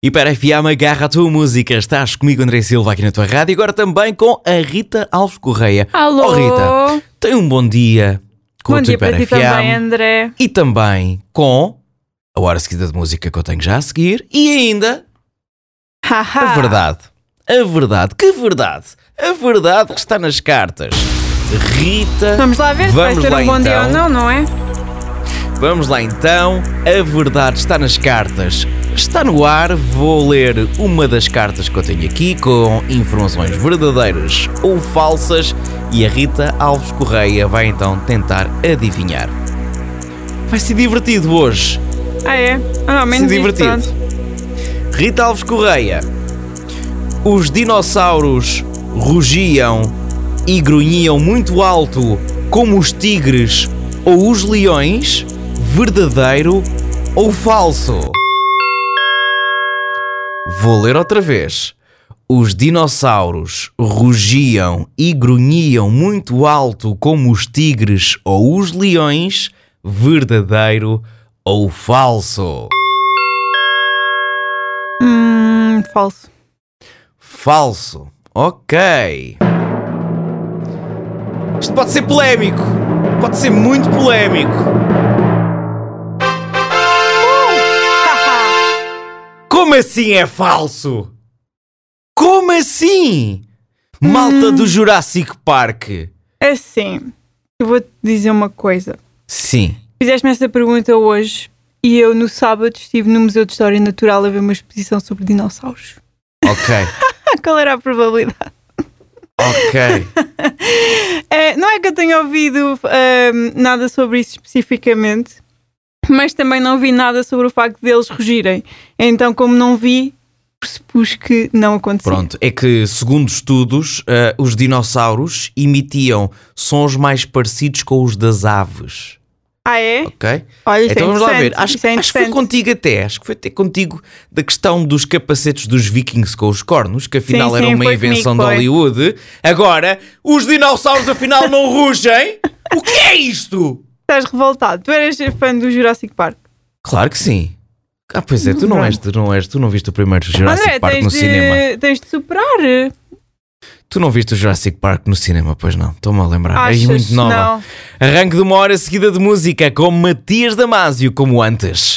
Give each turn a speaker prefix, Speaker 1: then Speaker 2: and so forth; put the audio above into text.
Speaker 1: E para FM, agarra a tua música. Estás comigo, André Silva, aqui na tua rádio. E agora também com a Rita Alves Correia.
Speaker 2: Alô!
Speaker 1: Oh, Rita, tem um bom dia com
Speaker 2: Bom
Speaker 1: o
Speaker 2: dia para ti
Speaker 1: Hiper
Speaker 2: também,
Speaker 1: FM.
Speaker 2: André.
Speaker 1: E também com a hora seguida de música que eu tenho já a seguir. E ainda
Speaker 2: Haha.
Speaker 1: a É verdade. A verdade. Que verdade? A verdade que está nas cartas. Rita.
Speaker 2: Vamos lá ver se vais
Speaker 1: Vamos
Speaker 2: ter
Speaker 1: lá
Speaker 2: um bom dia ou
Speaker 1: então.
Speaker 2: não, não é?
Speaker 1: Vamos lá então, a verdade está nas cartas. Está no ar, vou ler uma das cartas que eu tenho aqui com informações verdadeiras ou falsas e a Rita Alves Correia vai então tentar adivinhar. Vai ser divertido hoje.
Speaker 2: Ah, é? Ah,
Speaker 1: Vai ser
Speaker 2: não, menos isto,
Speaker 1: divertido.
Speaker 2: pronto.
Speaker 1: Rita Alves Correia. Os dinossauros rugiam e grunhiam muito alto, como os tigres ou os leões? Verdadeiro ou falso? Vou ler outra vez. Os dinossauros rugiam e grunhiam muito alto como os tigres ou os leões? Verdadeiro ou falso?
Speaker 2: Hum, falso.
Speaker 1: Falso. Ok. Isto pode ser polémico. Pode ser muito polémico.
Speaker 2: Haha.
Speaker 1: Como assim é falso? Como assim? Malta do Jurassic Park.
Speaker 2: assim, eu vou-te dizer uma coisa.
Speaker 1: Sim.
Speaker 2: Fizeste-me esta pergunta hoje e eu no sábado estive no Museu de História Natural a ver uma exposição sobre dinossauros.
Speaker 1: Ok.
Speaker 2: Ah, Qual era a probabilidade?
Speaker 1: Ok.
Speaker 2: É, não é que eu tenha ouvido ahm, nada sobre isso especificamente, mas também não vi nada sobre o facto deles rugirem. Então, como não vi, pressupus que não aconteceu.
Speaker 1: Pronto. É que, segundo estudos, eh, os dinossauros emitiam sons mais parecidos com os das aves.
Speaker 2: Ah, é?
Speaker 1: Ok?
Speaker 2: Olha, isso
Speaker 1: então
Speaker 2: é
Speaker 1: vamos lá ver.
Speaker 2: interessante,
Speaker 1: Acho,
Speaker 2: isso é
Speaker 1: acho que foi
Speaker 2: interessante.
Speaker 1: contigo até. Acho que foi até contigo da questão dos capacetes dos vikings com os cornos, que afinal
Speaker 2: Sim,
Speaker 1: era
Speaker 2: sim,
Speaker 1: uma
Speaker 2: foi
Speaker 1: invenção
Speaker 2: comigo,
Speaker 1: de
Speaker 2: foi.
Speaker 1: Hollywood. Agora, os dinossauros afinal não rugem? O que é isto?
Speaker 2: Estás revoltado. Tu eras fã do Jurassic Park.
Speaker 1: Claro que sim. Ah, pois é, tu não és, tu não és, tu não viste o primeiro Jurassic
Speaker 2: André,
Speaker 1: Park
Speaker 2: tens,
Speaker 1: no
Speaker 2: de,
Speaker 1: cinema.
Speaker 2: tens de superar.
Speaker 1: Tu não viste o Jurassic Park no cinema, pois não. Estou-me a lembrar. És
Speaker 2: Achas?
Speaker 1: muito nova.
Speaker 2: Não.
Speaker 1: Arranque de uma hora seguida de música com Matias Damasio, como antes.